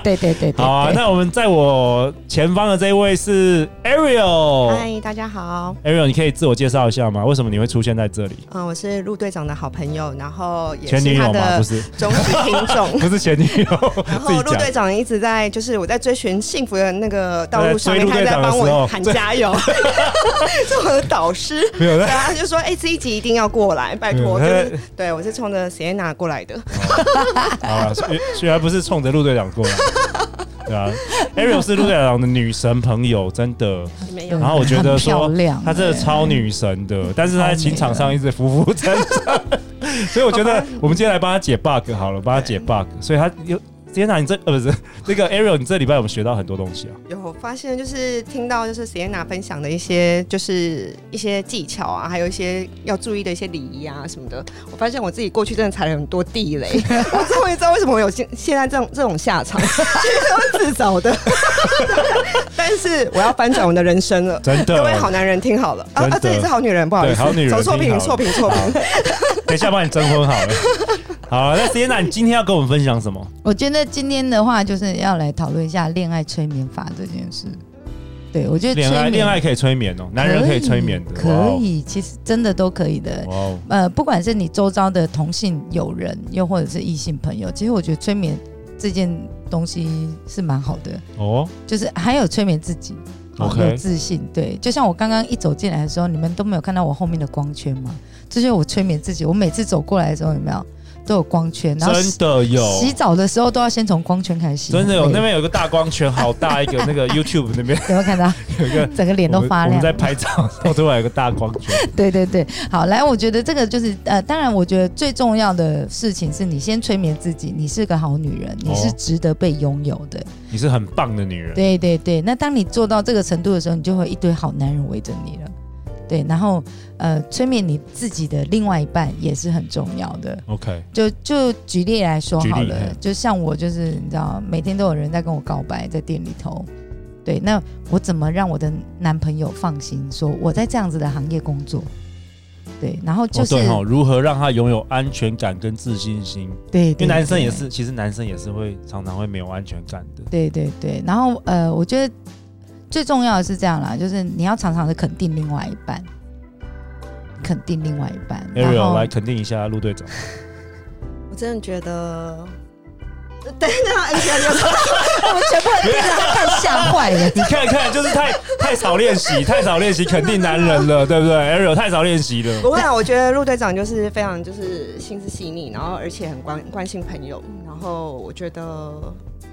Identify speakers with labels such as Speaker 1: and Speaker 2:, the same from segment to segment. Speaker 1: 对对对对对。
Speaker 2: 好啊，那我们在我前方的这一位是 Ariel。
Speaker 3: 嗨，大家好，
Speaker 2: Ariel，你可以自我介绍一下吗？为什么你会出现在这里？
Speaker 3: 嗯，我是陆队长的好朋友，然后也
Speaker 2: 前女
Speaker 3: 是他
Speaker 2: 友吗？
Speaker 3: 的
Speaker 2: 不 是，
Speaker 3: 忠实听 众。
Speaker 2: 不是前女友。
Speaker 3: 然
Speaker 2: 自
Speaker 3: 后
Speaker 2: 己
Speaker 3: 陆
Speaker 2: 讲。
Speaker 3: 队长一直在，就是我在追寻幸福的那个道路上面，
Speaker 2: 他
Speaker 3: 他
Speaker 2: 在追陆队长的
Speaker 3: 一直在帮
Speaker 2: 时候
Speaker 3: 我喊 加油，是我的导师。
Speaker 2: 没有
Speaker 3: 对
Speaker 2: 在。
Speaker 3: 啊，他就说：“哎、这一集一定要过来，拜托。”
Speaker 2: 嗯
Speaker 3: 就是对我是冲着 Sienna 过来的，
Speaker 2: 好了，虽虽然不是冲着陆队长过来，对啊，Ariel 是陆队长的女神朋友，真的。
Speaker 3: 没有
Speaker 1: 对
Speaker 2: 然后我觉得
Speaker 1: 很
Speaker 2: 说
Speaker 1: 漂亮，
Speaker 2: 她真的超女神的，但是她在情场上一直浮浮沉沉， 所以我觉得我们今天来帮她解 bug 好了，帮她解 bug。所以她有天哪，你这呃不是那个 Ariel，你这礼拜有没有学到很多东西啊？
Speaker 3: 有发现，就是听到就是 Sienna 分享的一些，就是一些技巧啊，还有一些要注意的一些礼仪啊什么的。我发现我自己过去真的踩了很多地 雷，我终于知道为什么我有现现在这种这种下场，其实都是自找的。 但是我要翻转我的人生了。
Speaker 2: 真
Speaker 3: 各位好
Speaker 2: 的，
Speaker 3: 男人听好了啊
Speaker 2: 真的
Speaker 3: 啊，这里是好女人，不好意思，
Speaker 2: 对好女人
Speaker 3: 走错
Speaker 2: 听好
Speaker 3: 屏，
Speaker 2: 了
Speaker 3: 错屏，错 屏。
Speaker 2: 等一下帮你征婚好了。好了，那 s i e n a 你今天要跟我们分享什么？
Speaker 1: 我觉得今天的话，就是要来讨论一下恋爱催眠法这件事。对，我觉得
Speaker 2: 恋
Speaker 1: 催
Speaker 2: 爱
Speaker 1: 眠
Speaker 2: 恋爱可以催眠哦，男人可以催眠的，
Speaker 1: 可
Speaker 2: 哇哦
Speaker 1: 以，其实真的都可以的。
Speaker 2: 哇哦，
Speaker 1: 呃，不管是你周遭的同性友人，又或者是异性朋友，其实我觉得催眠这件东西是蛮好的，
Speaker 2: 哦，
Speaker 1: 就是还有催眠自己。好
Speaker 2: OK
Speaker 1: 有自信，对，就像我刚刚一走进来的时候，你们都没有看到我后面的光圈吗？这就是我催眠自己。我每次走过来的时候，有没有都有光圈？然后
Speaker 2: 真的有。
Speaker 1: 洗澡的时候都要先从光圈开始洗，
Speaker 2: 真的有，
Speaker 1: 对
Speaker 2: 那边有个大光圈，好大一个。那个 YouTube 那边
Speaker 1: 有没有看到？
Speaker 2: 有一个，
Speaker 1: 整个脸都发
Speaker 2: 我们我们
Speaker 1: 亮
Speaker 2: 在。拍照，然后突然有个大光圈。
Speaker 1: 对对对，好，来，我觉得这个就是呃，当然，我觉得最重要的事情是你先催眠自己，你是个好女人，
Speaker 2: 哦
Speaker 1: 你是值得被拥有的。
Speaker 2: 你是很棒的女人，
Speaker 1: 对对对，那当你做到这个程度的时候，你就会一堆好男人围着你了。对，然后呃，催眠你自己的另外一半也是很重要的。
Speaker 2: OK，
Speaker 1: 就就举例来说
Speaker 2: 举例
Speaker 1: 好了
Speaker 2: 嘿，
Speaker 1: 就像我就是你知道，每天都有人在跟我告白，在店里头。对，那我怎么让我的男朋友放心说我在这样子的行业工作？对，然后就
Speaker 2: 哦
Speaker 1: 是、
Speaker 2: 对哦，如何让她拥有安全感跟自信心？
Speaker 1: 对
Speaker 2: 因为
Speaker 1: 对，
Speaker 2: 男生
Speaker 1: 对
Speaker 2: 也，是，其实男生也是会常常会没有安全感的。
Speaker 1: 对对对。然后呃，我觉得最重要的是这样啦，就是你要常常的肯定另外一半，肯定另外一半。然
Speaker 2: Ariel
Speaker 1: 后
Speaker 2: 来肯定一下陆队长，
Speaker 3: 我真的觉得等一下，NTR 又说
Speaker 1: 我们全部人盯着他看，吓坏了。
Speaker 2: 你看看，就是太太少练习，太少练习，肯定男人 了，对不对？Ariel 太少练习了。
Speaker 3: 不会啊，我觉得陆队长就是非常就是心思细腻，然后而且很关关心朋友，然后我觉得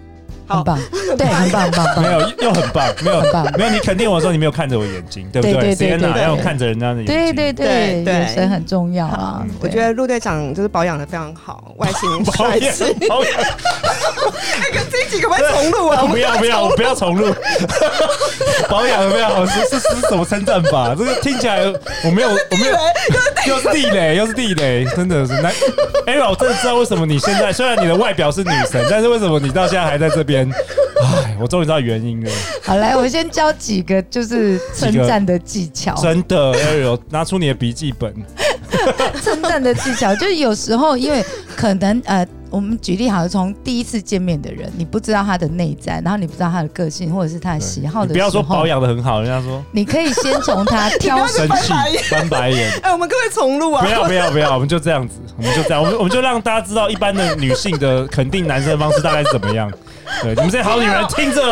Speaker 3: 好
Speaker 1: 很棒，对，很棒，很棒，很
Speaker 2: 没
Speaker 1: 棒，
Speaker 2: 有，又很棒，没有
Speaker 1: 很，棒。
Speaker 2: 没有。你肯定我说你没有看着我眼睛，对不
Speaker 1: 对对对
Speaker 2: s i e n
Speaker 1: 对
Speaker 2: a
Speaker 1: 对
Speaker 2: 要看着人家的眼睛，
Speaker 1: 对对 对，
Speaker 3: 对对
Speaker 1: 眼神很重要啊
Speaker 2: 嗯。
Speaker 1: 对
Speaker 3: 我觉得陆队长就是保养的非常好，外形
Speaker 2: 保
Speaker 3: 帅
Speaker 2: 养
Speaker 3: 气。
Speaker 2: 保养
Speaker 3: 这一集可不可以重录啊？我
Speaker 2: 不
Speaker 3: 们
Speaker 2: 要不要，我不要重录。 保养的非常好，是是是什么称赞吧？这个听起来我没有我没有，又是地雷又是地雷，真的是难。哎，我真的知道为什么你现在虽然你的外表是女神，但是为什么你到现在还在这边？哎，我终于知道原因了，
Speaker 1: 好，来，我先教几个就是称赞的技巧。
Speaker 2: 真的 Ariel，拿出你的笔记本，
Speaker 1: 称赞的技巧就是有时候因为可能呃，我们举例好了，从第一次见面的人，你不知道他的内在，然后你不知道他的个性或者是他的喜好
Speaker 2: 你
Speaker 1: 的，
Speaker 2: 不要说保，养的很好，人家说
Speaker 1: 你可以先从他挑
Speaker 2: 生气翻白眼。
Speaker 3: 哎，我们可不可以重录啊
Speaker 2: 不？要不要不要，我们就这样子，我们就这样，我们我们就让大家知道一般的女性的肯定男生的方式大概是怎么样。对，你们这些好女人听着，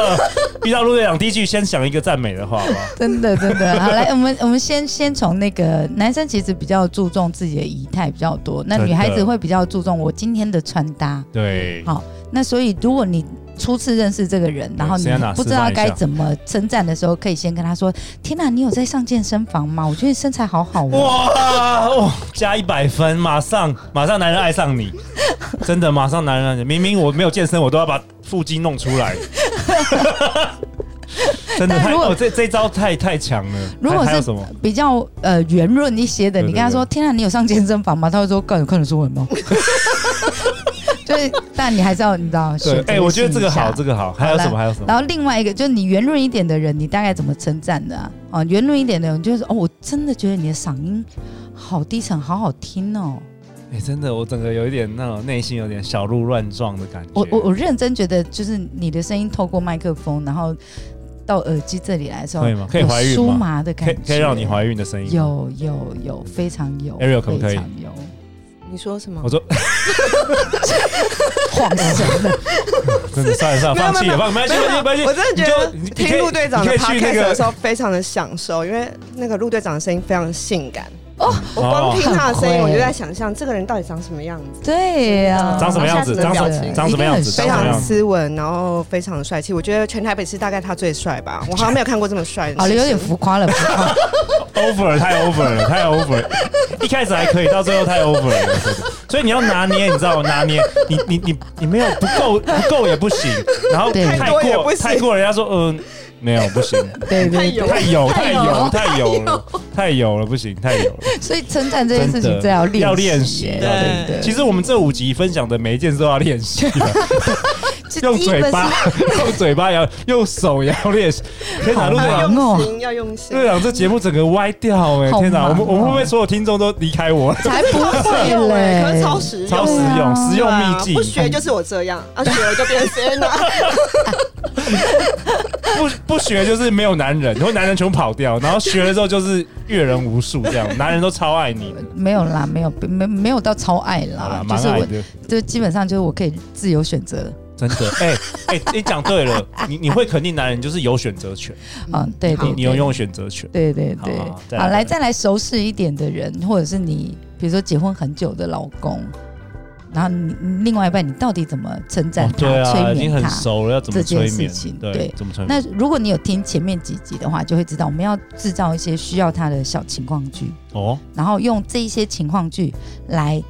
Speaker 2: 遇到陆队长第一句先想一个赞美的话，好不好？
Speaker 1: 真的，真的。好，来，我们我们先先从那个男生其实比较注重自己的仪态比较多，那
Speaker 2: 真的
Speaker 1: 女孩子会比较注重我今天的穿搭。
Speaker 2: 对
Speaker 1: 好那所以如果你初次认识这个人，然后你
Speaker 2: 先拿
Speaker 1: 不知
Speaker 2: 示
Speaker 1: 道
Speaker 2: 范一下
Speaker 1: 该怎么称赞的时候，可以先跟他说：“天哪、你有在上健身房吗？我觉得你身材好好哦。
Speaker 2: 哇哦，加一百分，马上马上男人爱上你，真的马上男人爱你。明明我没有健身，我都要把腹肌弄出 来。真的
Speaker 1: 但
Speaker 2: 太
Speaker 1: 如果
Speaker 2: 哦，这这招太太强了。
Speaker 1: 如果
Speaker 2: 还还有
Speaker 1: 是
Speaker 2: 什么？
Speaker 1: 比较呃圆润一些的，
Speaker 2: 对
Speaker 1: 你跟他说：“天啊，你有上健身房吗？”他会说：“干，有看得出来 吗？”就是，但你还是要你知道，
Speaker 2: 对，
Speaker 1: 选择
Speaker 2: 哎、我觉得这个
Speaker 1: 性一
Speaker 2: 好，
Speaker 1: 下
Speaker 2: 这个好。还有什么？还有什么？
Speaker 1: 然后另外一个就是你圆润一点的人，你大概怎么称赞的啊？哦，圆润一点的人就是哦，我真的觉得你的嗓音好低沉，好好听哦。
Speaker 2: 哎、真的，我整个有一点那种内心有点小鹿乱撞的感觉。
Speaker 1: 我我我认真觉得，就是你的声音透过麦克风，然后到耳机这里来的时候，
Speaker 2: 可以吗可以怀孕
Speaker 1: 有
Speaker 2: 吗
Speaker 1: 酥麻的感
Speaker 2: 可以
Speaker 1: 觉，
Speaker 2: 可以让你怀孕的声音。，
Speaker 1: 有有有，非常有
Speaker 2: Ariel 可不可以
Speaker 1: 非常有，
Speaker 3: 你说什么
Speaker 2: 我？说
Speaker 1: 晃神 了。
Speaker 2: 真的算了算了，
Speaker 3: 没有
Speaker 2: 放弃
Speaker 3: 没
Speaker 2: 了，
Speaker 3: 有
Speaker 2: 放没关系，没关系，没关系。
Speaker 3: 我真的觉
Speaker 2: 你就你
Speaker 3: 得
Speaker 2: 可以
Speaker 3: 听陆队长的
Speaker 2: 你可以去
Speaker 3: podcast
Speaker 2: 那个
Speaker 3: 的时候非常的享受，因为那个陆队长的声音非常性感。
Speaker 1: 哦
Speaker 3: 哦，我光听他的声音，
Speaker 1: 哦
Speaker 3: 我就在想象这个人到底长什么样子，
Speaker 1: 对呀、
Speaker 2: 长什么样子
Speaker 3: 长什么
Speaker 1: 真的
Speaker 3: 长
Speaker 2: 什么样子
Speaker 1: 一定
Speaker 2: 长什
Speaker 1: 很
Speaker 3: 非
Speaker 2: 么样
Speaker 3: 常
Speaker 2: 子
Speaker 3: 斯文，然后非常帅气。我觉得全台北市大概他最帅 吧，我好像没有看过这么帅的。
Speaker 1: 好了，有点浮夸了，浮夸
Speaker 2: over 了太 over 了，太 over 了。一开始还可以，到最后太 over 了，真的所以你要拿捏，你知道吗？拿捏，你你你你没有不够不够也不行，然后
Speaker 1: 对
Speaker 2: 太
Speaker 3: 太多也不
Speaker 2: 过
Speaker 3: 行
Speaker 2: 太过，人家说嗯、没有不行，
Speaker 1: 对
Speaker 3: 太
Speaker 1: 对对
Speaker 3: 有。
Speaker 2: 太油太油
Speaker 1: 油
Speaker 2: 太油了，太油了不行，太油了。
Speaker 1: 所以称赞这件事情
Speaker 2: 真的
Speaker 1: 真的要练
Speaker 2: 要练习
Speaker 1: 耶
Speaker 2: 要
Speaker 3: 练
Speaker 1: 对对。
Speaker 2: 其实我们这五集分享的每一件事都要练习的，
Speaker 1: 其实
Speaker 2: 用
Speaker 1: 第一个
Speaker 2: 嘴
Speaker 1: 是
Speaker 2: 巴， 用嘴巴也要，用手也要练习。天 哪，
Speaker 1: 好
Speaker 2: 陆队
Speaker 3: 要
Speaker 2: 长，
Speaker 1: 忙
Speaker 3: 用心，要用
Speaker 1: 哦
Speaker 3: 心
Speaker 2: 陆。队长这节目整个歪掉哎、
Speaker 1: 好
Speaker 2: 天哪，我
Speaker 1: 忙
Speaker 2: 们
Speaker 1: 哦
Speaker 2: 我们会不会所有听众都离开我了？
Speaker 1: 才不
Speaker 3: 会
Speaker 1: 会
Speaker 3: 用欸可
Speaker 1: 嘞，
Speaker 3: 是超实用，
Speaker 2: 超实
Speaker 1: 对
Speaker 2: 用，
Speaker 1: 啊
Speaker 2: 实用秘
Speaker 3: 对啊不
Speaker 2: 籍，
Speaker 3: 学就是我这样，啊学了就变成 C N 啊，
Speaker 2: 不不学就是没有男人，然后男人全部跑掉，然后学了之后就是阅人无数这样，男人都超爱你的，
Speaker 1: 没有啦，没有没没有到超爱
Speaker 2: 好啦
Speaker 1: 啦，， 就
Speaker 2: 蛮
Speaker 1: 是
Speaker 2: 爱
Speaker 1: 我
Speaker 2: 的，
Speaker 1: 就基本上就是我可以自由选择
Speaker 2: 真的。哎哎，你讲对了，你你会肯定男人就是有选择权，
Speaker 1: 啊，对对
Speaker 2: 你
Speaker 1: 对，
Speaker 2: 你有拥有选择权。
Speaker 1: 对对对，
Speaker 2: 好好好再来
Speaker 1: 好来
Speaker 2: 再
Speaker 1: 再来熟识一点的人，或者是你比如说结婚很久的老公，然后你你另外一半你到底怎么称赞
Speaker 2: 哦
Speaker 1: 他、
Speaker 2: 对啊，
Speaker 1: 催
Speaker 2: 已经
Speaker 1: 眠
Speaker 2: 很
Speaker 1: 他？
Speaker 2: 熟了，要怎么
Speaker 1: 这件
Speaker 2: 催
Speaker 1: 事
Speaker 2: 眠
Speaker 1: 情？
Speaker 2: 对
Speaker 1: 对，
Speaker 2: 怎么催眠？
Speaker 1: 那如果你有听前面几集的话，就会知道我们要制造一些需要他的小情况剧，
Speaker 2: 哦，
Speaker 1: 然后用这一些情况剧来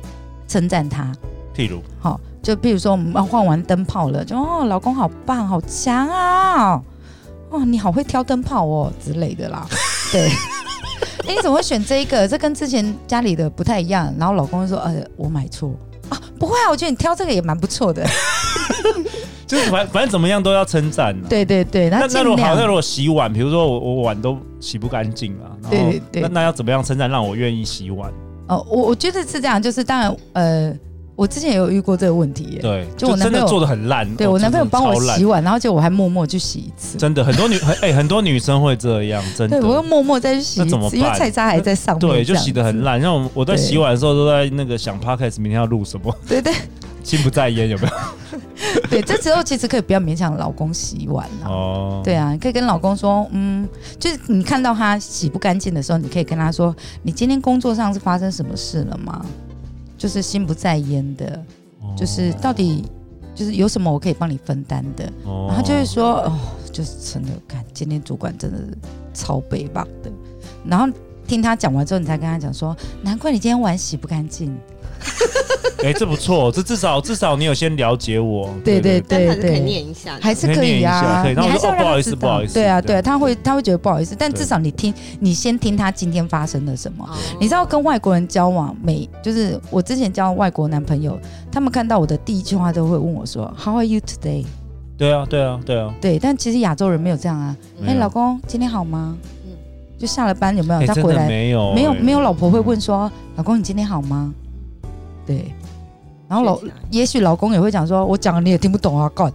Speaker 1: 称赞他。
Speaker 2: 譬如
Speaker 1: 好、就比如说我们换完灯泡了，就哦，老公好棒，好强啊、哦，你好会挑灯泡哦之类的 啦。对，哎，你怎么会选这一个？这跟之前家里的不太一样。然后老公就说，呃，我买错啊，不会啊，我觉得你挑这个也蛮不 错的。
Speaker 2: 就是反反正怎么样都要称赞呐。
Speaker 1: 对对对，
Speaker 2: 那
Speaker 1: 那
Speaker 2: 那
Speaker 1: 尽
Speaker 2: 如果好，那
Speaker 1: 量
Speaker 2: 如果洗碗，比如说我我碗都洗不干净啊，然后
Speaker 1: 对对对
Speaker 2: 那那要怎么样称赞让我愿意洗碗？
Speaker 1: 哦，我我觉得是这样，就是当然，呃，我之前也有遇过这个问题耶。
Speaker 2: 对，
Speaker 1: 就我男
Speaker 2: 真
Speaker 1: 朋友
Speaker 2: 的做的很烂，
Speaker 1: 对
Speaker 2: 哦
Speaker 1: 我男朋友
Speaker 2: 真的
Speaker 1: 帮我
Speaker 2: 超烂
Speaker 1: 洗碗，然后结果我还默默去洗一次。
Speaker 2: 真的很多女很哎、很多女生会这样，真的
Speaker 1: 对，我又默默再去洗
Speaker 2: 那
Speaker 1: 一
Speaker 2: 怎么
Speaker 1: 次，因为
Speaker 2: 办
Speaker 1: 菜渣还在上面。
Speaker 2: 对就洗的很
Speaker 1: 烂。
Speaker 2: 烂。像我我在
Speaker 1: 对
Speaker 2: 洗碗的时候都在那个想 podcast 明天要录什么，
Speaker 1: 对对
Speaker 2: 心不在焉有没有？
Speaker 1: 对，这时候其实可以不要勉强老公洗碗啦。
Speaker 2: 哦，
Speaker 1: 对啊，你可以跟老公说，嗯，就是你看到他洗不干净的时候，你可以跟他说，你今天工作上是发生什么事了吗？就是心不在焉的，
Speaker 2: 哦，
Speaker 1: 就是到底就是有什么我可以帮你分担的，
Speaker 2: 哦，
Speaker 1: 然后他就会说，哦，就是真的，看今天主管真的是超北棒的。然后听他讲完之后，你才跟他讲说，难怪你今天碗洗不干净。
Speaker 2: 哎，这不错，这至少至少你有先了解我，
Speaker 1: 对对
Speaker 2: 对，
Speaker 3: 但
Speaker 1: 对
Speaker 3: 还是可以
Speaker 1: 对
Speaker 3: 念一下的，
Speaker 1: 还是可
Speaker 2: 可以念
Speaker 1: 以
Speaker 2: 一
Speaker 1: 啊，
Speaker 2: 下可以
Speaker 1: 你
Speaker 2: 然后
Speaker 1: 还
Speaker 2: 我
Speaker 1: 是
Speaker 2: 说
Speaker 1: 要
Speaker 2: 哦
Speaker 1: 让
Speaker 2: 不好
Speaker 1: 他
Speaker 2: 意思
Speaker 1: 知
Speaker 2: 不好
Speaker 1: 道
Speaker 2: 意，思
Speaker 1: 对啊，
Speaker 2: 这
Speaker 1: 对，
Speaker 2: 样
Speaker 1: 他会他会觉得不好意思，但
Speaker 2: 对
Speaker 1: 至少你听，你先听他今天发生了什么。
Speaker 3: 哦
Speaker 1: 你知道跟外国人交往，每就是我之前交外国男朋友，他们看到我的第一句话都会问我说 “How are you today？”
Speaker 2: 对啊，对啊，对啊，
Speaker 1: 对，但其实亚洲人没有这样啊。
Speaker 2: 没
Speaker 1: 哎，
Speaker 2: 有
Speaker 1: 老公，今天好吗？
Speaker 3: 嗯
Speaker 1: 就下了班有没有？
Speaker 2: 哎
Speaker 1: 他
Speaker 2: 真
Speaker 1: 啊回
Speaker 2: 的
Speaker 1: 来
Speaker 2: 没有，
Speaker 1: 没有
Speaker 2: 哎
Speaker 1: 没有老婆会问说：“老公，你今天好吗？”对，然后老
Speaker 3: 学起来
Speaker 1: 也许老公也会讲说：“我讲了你也听不懂啊，干。”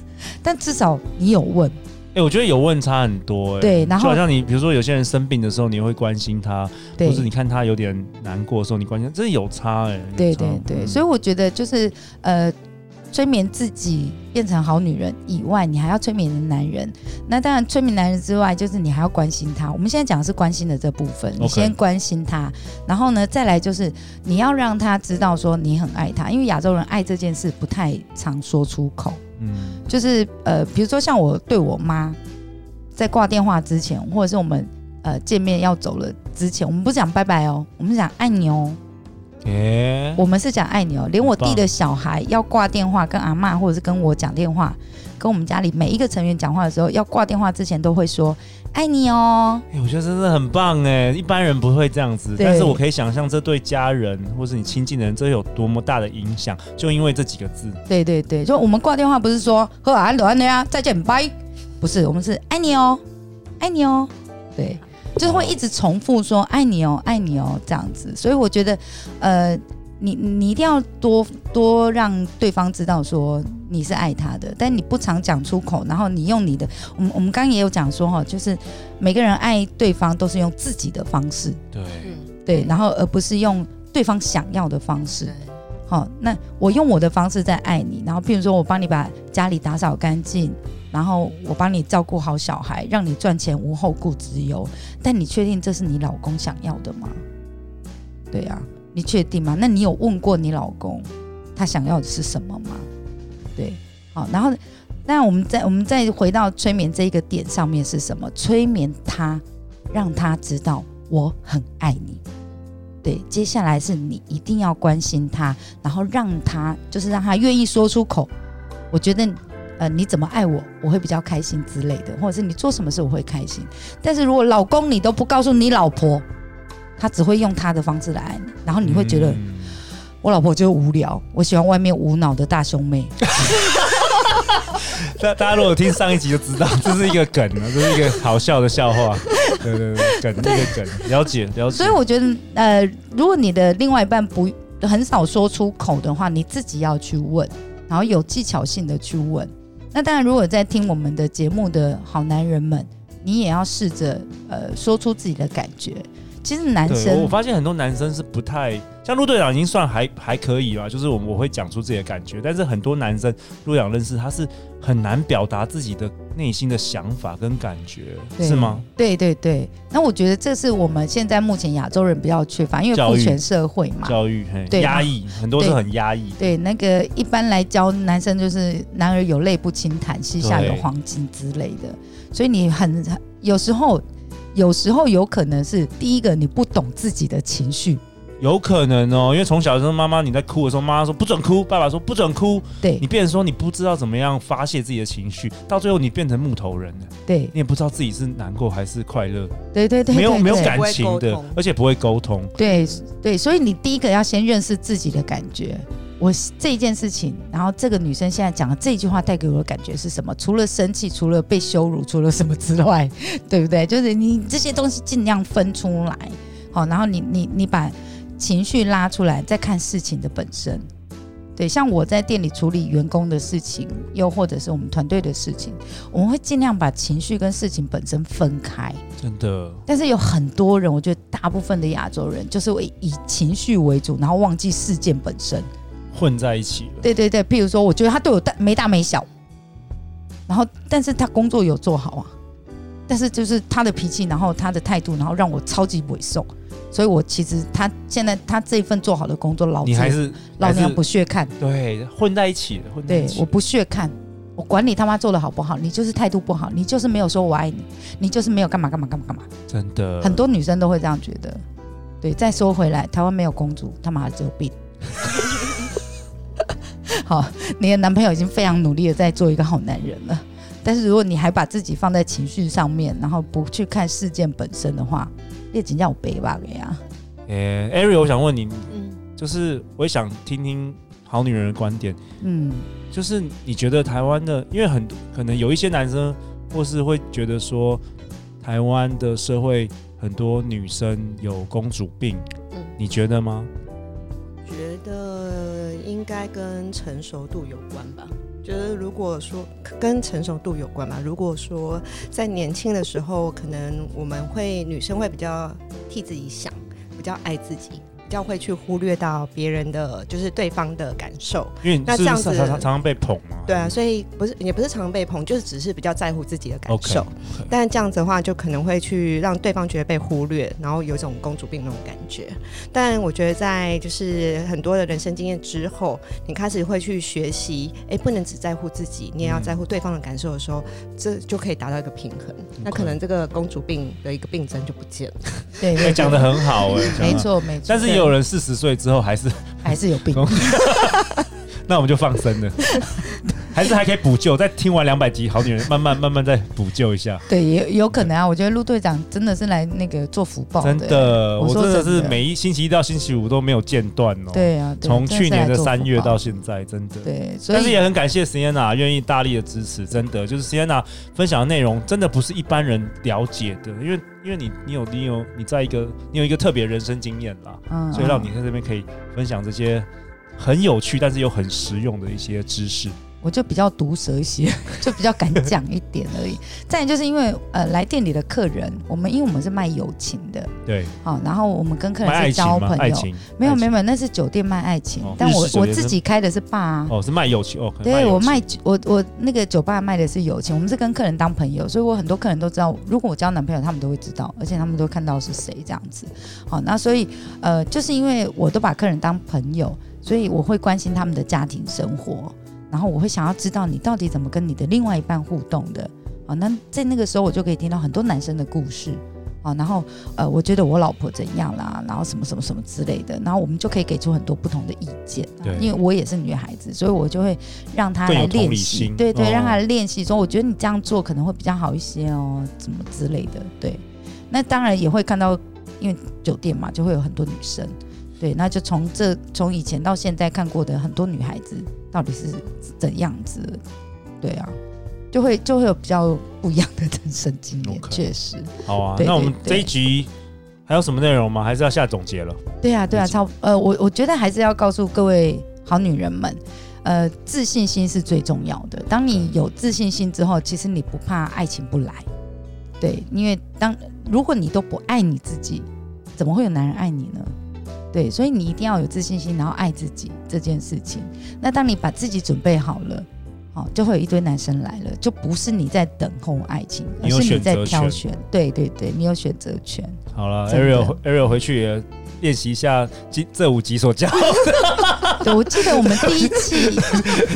Speaker 1: 但至少你有问，
Speaker 2: 哎、我觉得有问差很多、哎，
Speaker 1: 对然后
Speaker 2: 就好像你，比如说有些人生病的时候，你会关心他，
Speaker 1: 对
Speaker 2: 或是你看他有点难过的时候，你关心他，这有差、哎，有
Speaker 1: 对
Speaker 2: 差
Speaker 1: 对对，
Speaker 2: 嗯
Speaker 1: 所以我觉得就是呃，催眠自己变成好女人以外，你还要催眠的男人。那当然，催眠男人之外，就是你还要关心他。我们现在讲的是关心的这部分，你
Speaker 2: OK
Speaker 1: 先关心他，然后呢，再来就是你要让他知道说你很爱他，因为亚洲人爱这件事不太常说出口。
Speaker 2: 嗯，
Speaker 1: 就是呃，比如说像我对我妈，在挂电话之前，或者是我们呃见面要走了之前，我们不讲拜拜哦，我们讲爱你哦，
Speaker 2: 哎、
Speaker 1: 我们是讲爱你哦。连我
Speaker 2: 很棒
Speaker 1: 弟的小孩要挂电话跟阿嬷，或者是跟我讲电话，跟我们家里每一个成员讲话的时候，要挂电话之前都会说爱你哦。
Speaker 2: 哎我觉得真的很棒哎、一般人不会这样子，
Speaker 1: 对
Speaker 2: 但是我可以想象这对家人或是你亲近的人，这有多么大的影响，就因为这几个字，
Speaker 1: 对对对，就我们挂电话不是说喝啊罗安呀再见拜，不是，我们是爱你哦，爱你哦，对，就是会一直重复说爱你哦，爱你哦这样子。所以我觉得，呃，你你一定要多多让对方知道说你是爱他的，但你不常讲出口，然后你用你的，我们我们刚刚也有讲说哈，就是每个人爱对方都是用自己的方式，
Speaker 2: 对，
Speaker 3: 嗯，
Speaker 1: 对，然后而不是用对方想要的方式
Speaker 3: 对。
Speaker 1: 好、那我用我的方式在爱你，然后譬如说我帮你把家里打扫干净，然后我帮你照顾好小孩，让你赚钱无后顾之忧。但你确定这是你老公想要的吗？对啊，你确定吗？那你有问过你老公他想要的是什么吗？对，好，然后那我们再我们再回到催眠这一个点上面是什么？催眠他，让他知道我很爱你。对，接下来是你一定要关心他，然后让他就是让他愿意说出口。我觉得，呃，你怎么爱我，我会比较开心之类的，或者是你做什么事我会开心。但是如果老公你都不告诉你老婆，他只会用他的方式来爱你，然后你会觉得、
Speaker 2: 嗯
Speaker 1: 我老婆就是无聊，我喜欢外面无脑的大胸 妹。
Speaker 2: 大大家如果有听上一集就知道， 这是一个梗啊，这是一个好笑的笑话，对对对，梗一个梗，了解了解。
Speaker 1: 所以我觉得，呃，如果你的另外一半不很少说出口的话，你自己要去问，然后有技巧性的去问。那当然，如果在听我们的节目的好男人们，你也要试着呃说出自己的感觉。其实男
Speaker 2: 对，我我
Speaker 1: 生
Speaker 2: 发现很多男生是不太像陆队长已经算还还可以啦，就是我我会讲出自己的感觉，但是很多男生陆队长认识他是很难表达自己的内心的想法跟感觉，
Speaker 1: 对
Speaker 2: 是吗？？
Speaker 1: 对对对，那我觉得这是我们现在目前亚洲人比较缺乏，因为
Speaker 2: 教
Speaker 1: 父
Speaker 2: 育
Speaker 1: 权社会嘛，
Speaker 2: 教育嘿，
Speaker 1: 对
Speaker 2: 压抑很多是
Speaker 1: 对
Speaker 2: 很压抑，
Speaker 1: 对，那个一般来教男生就是“男儿有泪不轻弹，膝下有
Speaker 2: 对
Speaker 1: 黄金”之类的，所以你很有时候，有时候有可能是第一个你不懂自己的情绪，
Speaker 2: 有可能哦，因为从小的时候妈妈你在哭的时候，妈妈说不准哭，爸爸说不准哭，
Speaker 1: 对
Speaker 2: 你变成说你不知道怎么样发泄自己的情绪，到最后你变成木头人了，
Speaker 1: 对
Speaker 2: 你也不知道自己是难过还是快乐，
Speaker 1: 对对对，
Speaker 2: 没有
Speaker 1: 对
Speaker 2: 没有
Speaker 1: 对
Speaker 2: 感
Speaker 3: 不会
Speaker 2: 情
Speaker 3: 沟
Speaker 2: 的
Speaker 3: 通，
Speaker 2: 而且不会沟通。
Speaker 1: 对对，所以你第一个要先认识自己的感觉。我这件事情，然后这个女生现在讲的这句话带给我的感觉是什么？除了生气，除了被羞辱，除了什么之外，对不对？就是你这些东西尽量分出来，好，然后你你你把情绪拉出来，再看事情的本身。对，像我在店里处理员工的事情，又或者是我们团队的事情，我们会尽量把情绪跟事情本身分开。
Speaker 2: 真的，
Speaker 1: 但是有很多人，我觉得大部分的亚洲人就是会以情绪为主，然后忘记事件本身。
Speaker 2: 混在一起了。
Speaker 1: 对对对，譬如说，我觉得他对我大没大没小，然后但是他工作有做好啊，但是就是他的脾气，然后他的态度，然后让我超级委受，所以我其实他现在他这一份做好的工作，老子
Speaker 2: 你还是
Speaker 1: 老
Speaker 2: 还
Speaker 1: 娘
Speaker 2: 是
Speaker 1: 不屑看，
Speaker 2: 对混在一起了，混在
Speaker 1: 对
Speaker 2: 一，起
Speaker 1: 我不屑看。我管你他妈做的好不好，你就是态度不好，你就是没有说我爱你，你就是没有干嘛干嘛干嘛干嘛。
Speaker 2: 真的
Speaker 1: 很多女生都会这样觉得。对，再说回来，台湾没有公主，他妈的只有病。 好，你的男朋友已经非常努力的在做一个好男人了，但是如果你还把自己放在情绪上面，然后不去看事件本身的话，列警叫我背吧给啊。
Speaker 2: 诶 a r i 我想问你，
Speaker 3: 嗯，
Speaker 2: 就是我也想听听好女人的观点，
Speaker 1: 嗯，
Speaker 2: 就是你觉得台湾的，因为很可能有一些男生或是会觉得说，台湾的社会很多女生有公主病，
Speaker 3: 嗯
Speaker 2: 你觉得吗？
Speaker 3: 觉得应该跟成熟度有关吧。觉得如果说跟成熟度有关吧，如果说在年轻的时候，可能我们会女生会比较替自己想，比较爱自己，比较会去忽略到别人的，就是对方的感受。
Speaker 2: 因为你
Speaker 3: 那
Speaker 2: 是
Speaker 3: 这
Speaker 2: 不
Speaker 3: 样
Speaker 2: 是
Speaker 3: 子
Speaker 2: 常常常常被捧嘛？
Speaker 3: 对啊，所以不是也不是常被捧，就是只是比较在乎自己的感
Speaker 2: OK，
Speaker 3: 受。
Speaker 2: OK
Speaker 3: 但这样子的话，就可能会去让对方觉得被忽略，然后有一种公主病那种感觉。但我觉得在就是很多的人生经验之后，你开始会去学习，哎、不能只在乎自己，你也要
Speaker 2: 嗯
Speaker 3: 在乎对方的感受的时候，这就可以达到一个平衡。那
Speaker 2: OK
Speaker 3: 可能这个公主病的一个病症就不见了。
Speaker 1: 对
Speaker 2: 哎
Speaker 1: 对
Speaker 2: 讲的很好哎、讲得很
Speaker 1: 没
Speaker 2: 好。
Speaker 1: 错没错。
Speaker 2: 但是也有人四十岁之后还是，
Speaker 1: 还是有病，
Speaker 2: 那我们就放生了， 还是还可以补救。再听完两百集《好女人》，慢慢慢慢再补救一下。
Speaker 1: 对，也有可能啊。我觉得陆队长真的是来那个做福报
Speaker 2: 真的，
Speaker 1: 哦我
Speaker 2: 我
Speaker 1: 说
Speaker 2: 真的是
Speaker 1: 真的
Speaker 2: 每一星期一到星期五都没有间断哦。，
Speaker 1: 对啊，对
Speaker 2: 从去年的三月到
Speaker 1: 真的是来做福
Speaker 2: 现在，真的
Speaker 1: 报。对，所
Speaker 2: 但是
Speaker 1: 以
Speaker 2: 也很感谢 Sienna 愿意大力的支持，真的就是 Sienna 分享的内容真的不是一般人了解的，因为因为你你有你有你在一个你有一个特别人生经验啦，
Speaker 1: 嗯
Speaker 2: 所以让你在这边可以分享这些很有趣但是又很实用的一些知识。
Speaker 1: 我就比较毒舌一些， 就比较敢讲一点而已。 再来就是因为呃，来店里的客人，我们因为我们是卖友情的，
Speaker 2: 对，
Speaker 1: 好、然后我们跟客
Speaker 2: 卖
Speaker 1: 人
Speaker 2: 爱
Speaker 1: 是
Speaker 2: 情
Speaker 1: 交
Speaker 2: 吗？
Speaker 1: 朋
Speaker 2: 爱
Speaker 1: 友，
Speaker 2: 情
Speaker 1: 没有
Speaker 2: 爱
Speaker 1: 没
Speaker 2: 情
Speaker 1: 有，没有那是酒店卖爱情，
Speaker 2: 哦
Speaker 1: 但我
Speaker 2: 日式酒
Speaker 1: 我
Speaker 2: 店是
Speaker 1: 自己开的是爸、啊。
Speaker 2: 哦，是卖友情哦，可能
Speaker 1: 对
Speaker 2: 友
Speaker 1: 我
Speaker 2: 情
Speaker 1: 卖我我那个酒吧卖的是友情，我们是跟客人当朋友，所以我很多客人都知道，如果我交男朋友，他们都会知道，而且他们都看到是谁这样子。好，那所以呃，就是因为我都把客人当朋友，所以我会关心他们的家庭生活，然后我会想要知道你到底怎么跟你的另外一半互动的。好，那在那个时候我就可以听到很多男生的故事。啊，然后呃，我觉得我老婆怎样啦，然后什么什么什么之类的，然后我们就可以给出很多不同的意见、啊
Speaker 2: 对。
Speaker 1: 因为我也是女孩子，所以我就会让她
Speaker 2: 更有
Speaker 1: 来
Speaker 2: 同
Speaker 1: 练
Speaker 2: 理
Speaker 1: 习
Speaker 2: 心，
Speaker 1: 对对，
Speaker 2: 哦
Speaker 1: 让她来练习说，我觉得你这样做可能会比较好一些哦，怎么之类的。对，那当然也会看到，因为酒店嘛，就会有很多女生，对，那就从这从以前到现在看过的很多女孩子到底是怎样子，对啊，就会就会有比较不一样的人生经验
Speaker 2: OK
Speaker 1: 确实。
Speaker 2: 好啊，
Speaker 1: 对
Speaker 2: 那我们
Speaker 1: 对对
Speaker 2: 这一集还有什么内容吗？还是要下总结了？
Speaker 1: 对啊，对啊，
Speaker 2: 没错
Speaker 1: 超呃，我我觉得还是要告诉各位好女人们，呃，自信心是最重要的。当你有自信心之后，其实你不怕爱情不来，对，因为当如果你都不爱你自己，怎么会有男人爱你呢？对，所以你一定要有自信心，然后爱自己这件事情。那当你把自己准备好了，好、就会有一堆男生来了，就不是你在等候爱情，
Speaker 2: 你
Speaker 1: 而
Speaker 2: 有
Speaker 1: 是你
Speaker 2: 选择
Speaker 1: 在挑
Speaker 2: 权
Speaker 1: 选。对对对，你有选择权。
Speaker 2: 好了
Speaker 1: 真的
Speaker 2: ，Ariel Ariel 回去也练习一下今这五集所教，
Speaker 1: 对，我记得我们第一期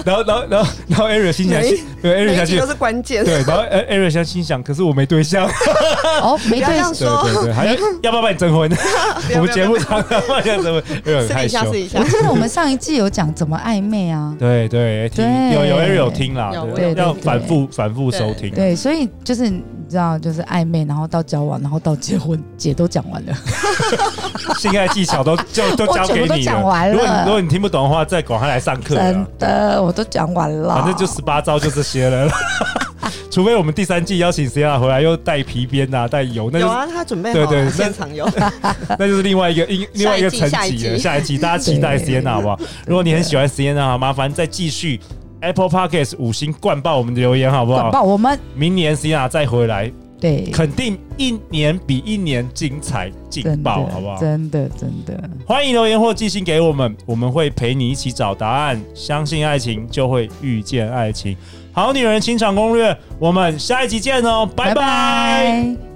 Speaker 2: 然后然后然后然后 Ariel 心想，
Speaker 3: 每
Speaker 2: 对 Ariel
Speaker 3: 每
Speaker 2: 下
Speaker 3: 一集
Speaker 2: 去
Speaker 3: 都，是关键。
Speaker 2: 对，然后 Ariel 想心想，可是我没对 象，
Speaker 1: 哦，没
Speaker 3: 不要这
Speaker 1: 对
Speaker 3: 样
Speaker 2: 对
Speaker 3: 说，
Speaker 2: 对对，还要要不要帮你征 婚？
Speaker 3: 不
Speaker 2: 我
Speaker 3: 要
Speaker 2: 们节
Speaker 3: 不
Speaker 2: 目
Speaker 3: 要
Speaker 2: 常常帮人征婚，Ariel 很
Speaker 3: 私底
Speaker 2: 害
Speaker 3: 下
Speaker 2: 羞，
Speaker 3: 私，底下
Speaker 1: 我。记得我们上一季有讲怎么暧昧啊
Speaker 2: 对对，哎听
Speaker 1: 对
Speaker 2: 有有 Ariel 有听啦，
Speaker 3: 有
Speaker 2: 对
Speaker 1: 我有
Speaker 2: 要
Speaker 1: 听
Speaker 2: 反复反复收
Speaker 3: 对
Speaker 2: 听，
Speaker 1: 对，所以就是你知道，就是暧昧，然后到交往，然后到结婚，姐都讲完了，
Speaker 2: 性爱技 巧都就都
Speaker 1: 我
Speaker 2: 教给
Speaker 1: 全部都
Speaker 2: 你
Speaker 1: 讲
Speaker 2: 了。
Speaker 1: 完
Speaker 2: 如果你如
Speaker 1: 了，
Speaker 2: 果你听不懂的话，再赶快来上课
Speaker 1: 真
Speaker 2: 啊。
Speaker 1: 的我都讲完了，
Speaker 2: 反正就十八招就这些了。 除非我们第三季邀请 Sierra 回来，又带皮鞭啊，带油，那就
Speaker 3: 有
Speaker 2: 是、
Speaker 3: 啊，他准备好
Speaker 2: 对
Speaker 3: 了，
Speaker 2: 对那
Speaker 3: 现场有。
Speaker 2: 那就是另外一个另另外一个层
Speaker 3: 下一
Speaker 2: 级
Speaker 3: 季
Speaker 2: 了。下一季大家期待
Speaker 1: 对
Speaker 2: Sierra 好不好？如果你很喜欢 Sierra，麻烦再继续 Apple Podcast 五星灌爆我们的留言好不
Speaker 1: 管
Speaker 2: 好？
Speaker 1: 爆我们，
Speaker 2: 明年 Sierra 再回来，
Speaker 1: 对，
Speaker 2: 肯定一年比一年精彩劲
Speaker 1: 真的
Speaker 2: 爆，好不好？
Speaker 1: 真的真的，
Speaker 2: 欢迎留言或寄信给我们，我们会陪你一起找答案。相信爱情，就会遇见爱情。好女人情场攻略，我们下一集见哦，拜拜
Speaker 1: 拜